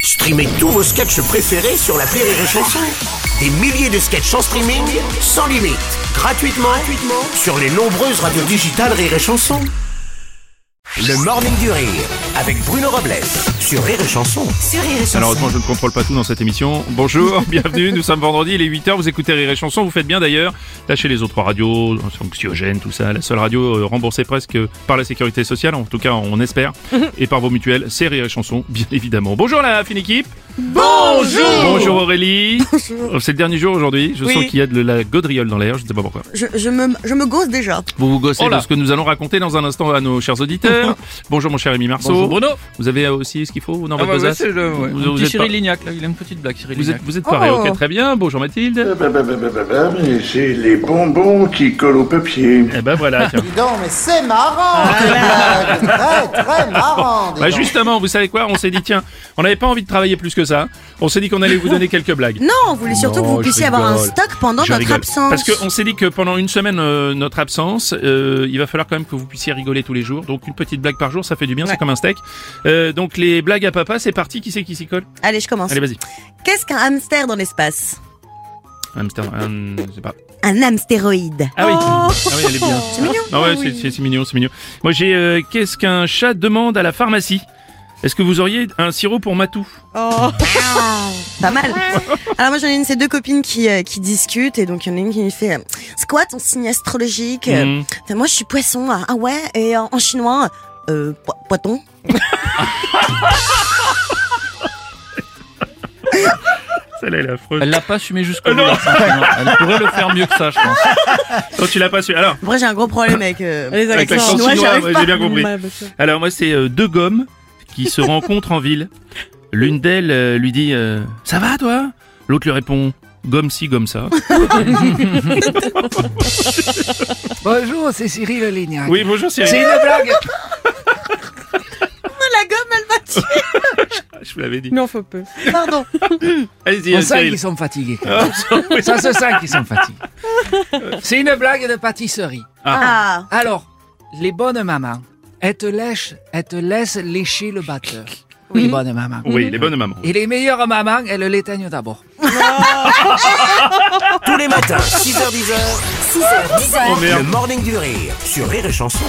Streamez tous vos sketchs préférés sur la Rire et Chanson. Des milliers de sketchs en streaming, sans limite, gratuitement, gratuitement sur les nombreuses radios digitales Rire et Chanson. Le Morning du Rire avec Bruno Robles sur Rire et Chanson. Alors heureusement je ne contrôle pas tout dans cette émission. Bonjour, bienvenue, nous sommes vendredi, il est 8h, vous écoutez Rire et Chanson, vous faites bien d'ailleurs. Tâchez les autres radios, anxiogènes, tout ça, la seule radio euh, remboursée presque par la sécurité sociale, en tout cas on espère, et par vos mutuelles, c'est Rire et Chanson, bien évidemment. Bonjour la fine équipe Bonjour Bonjour Aurélie Oh, C'est le dernier jour aujourd'hui, je Oui. sens qu'il y a de la gaudriole dans l'air, je ne sais pas pourquoi. Je, je me, je me gosse déjà. Vous vous gossez Oh là. de ce que nous allons raconter dans un instant à nos chers auditeurs. Bonjour mon cher Émi Marceau. Bonjour Bruno. Vous avez euh, aussi ce qu'il faut dans Ah votre bah ouais, besace c'est le, ouais. Vous- Un vous petit êtes Cyril pas- Lignac, là, il a une petite blague, Cyril Vous Lignac. êtes, vous êtes pareil, Oh. Euh, ok, très bien. Bonjour Mathilde. Et c'est les bonbons qui collent au papier. Eh ben voilà, tiens. Dis donc, mais c'est marrant cette blague. Très, très marrant dis Bah donc. justement, vous savez quoi On s'est dit, tiens, on n'avait pas envie de travailler plus que ça. On s'est dit qu'on allait vous donner quelques blagues. Non, on voulait surtout Non, que vous je puissiez avoir un rigole. stock pendant Je notre rigole. absence. Parce qu'on s'est dit que pendant une semaine, euh, notre absence, euh, il va falloir quand même que vous puissiez rigoler tous les jours. Donc une petite blague par jour, ça fait du bien, c'est comme un steak. Euh, donc les blagues à papa, c'est parti. Qui c'est qui s'y colle Allez, je commence. Allez, vas-y. Qu'est-ce qu'un hamster dans l'espace Hamster, hum, je sais pas. Un hamstéroïde. Ah oui. Oh. Ah oui, elle est bien. C'est mignon. Ah ouais, Ah c'est- oui. c'est c'est mignon, c'est mignon. Moi j'ai euh, qu'est-ce qu'un chat demande à la pharmacie Est-ce que vous auriez un sirop pour Matou Oh. Pas mal. Alors moi j'en ai une, c'est deux copines qui, euh, qui discutent et donc il y en a une qui me fait euh, C'est quoi ton signe astrologique Euh, Hum. Enfin, Moi je suis poisson. Ah ah ouais Et en, en chinois euh, po- Poiton Celle-là, elle est affreuse. Elle l'a pas assumé Ah jusqu'au bout. là, simplement. Elle pourrait le faire mieux que ça, je pense. Toi, tu l'as pas su. Alors, Moi j'ai un gros problème avec, euh, avec l'accent chinois, ouais, j'ai bien compris. Alors, moi, c'est euh, deux gommes qui se rencontrent en ville. L'une d'elles euh, lui dit euh, Ça va, toi L'autre lui répond Gomme ci, gomme ça. Bonjour, c'est Cyril Lignac. Oui, bonjour, Cyril. C'est une blague. Oh, la gomme elle va tuer. Je vous l'avais dit. Non, faut peu. Pardon. Allez-y, On euh, sent Cyril. Ah, qu'ils sont fatigués. quand même. Ça se sent qu'ils sont fatigués. C'est une blague de pâtisserie. Ah. Alors, les bonnes mamans, elles te lèchent, elles te laissent lécher le batteur. Les bonnes mamans. Oui, les bonnes mamans. Et les meilleures mamans, elles l'éteignent d'abord. Tous les matins, 6h10, 6h10. Oh, merde. le Morning du Rire sur Rire et Chanson.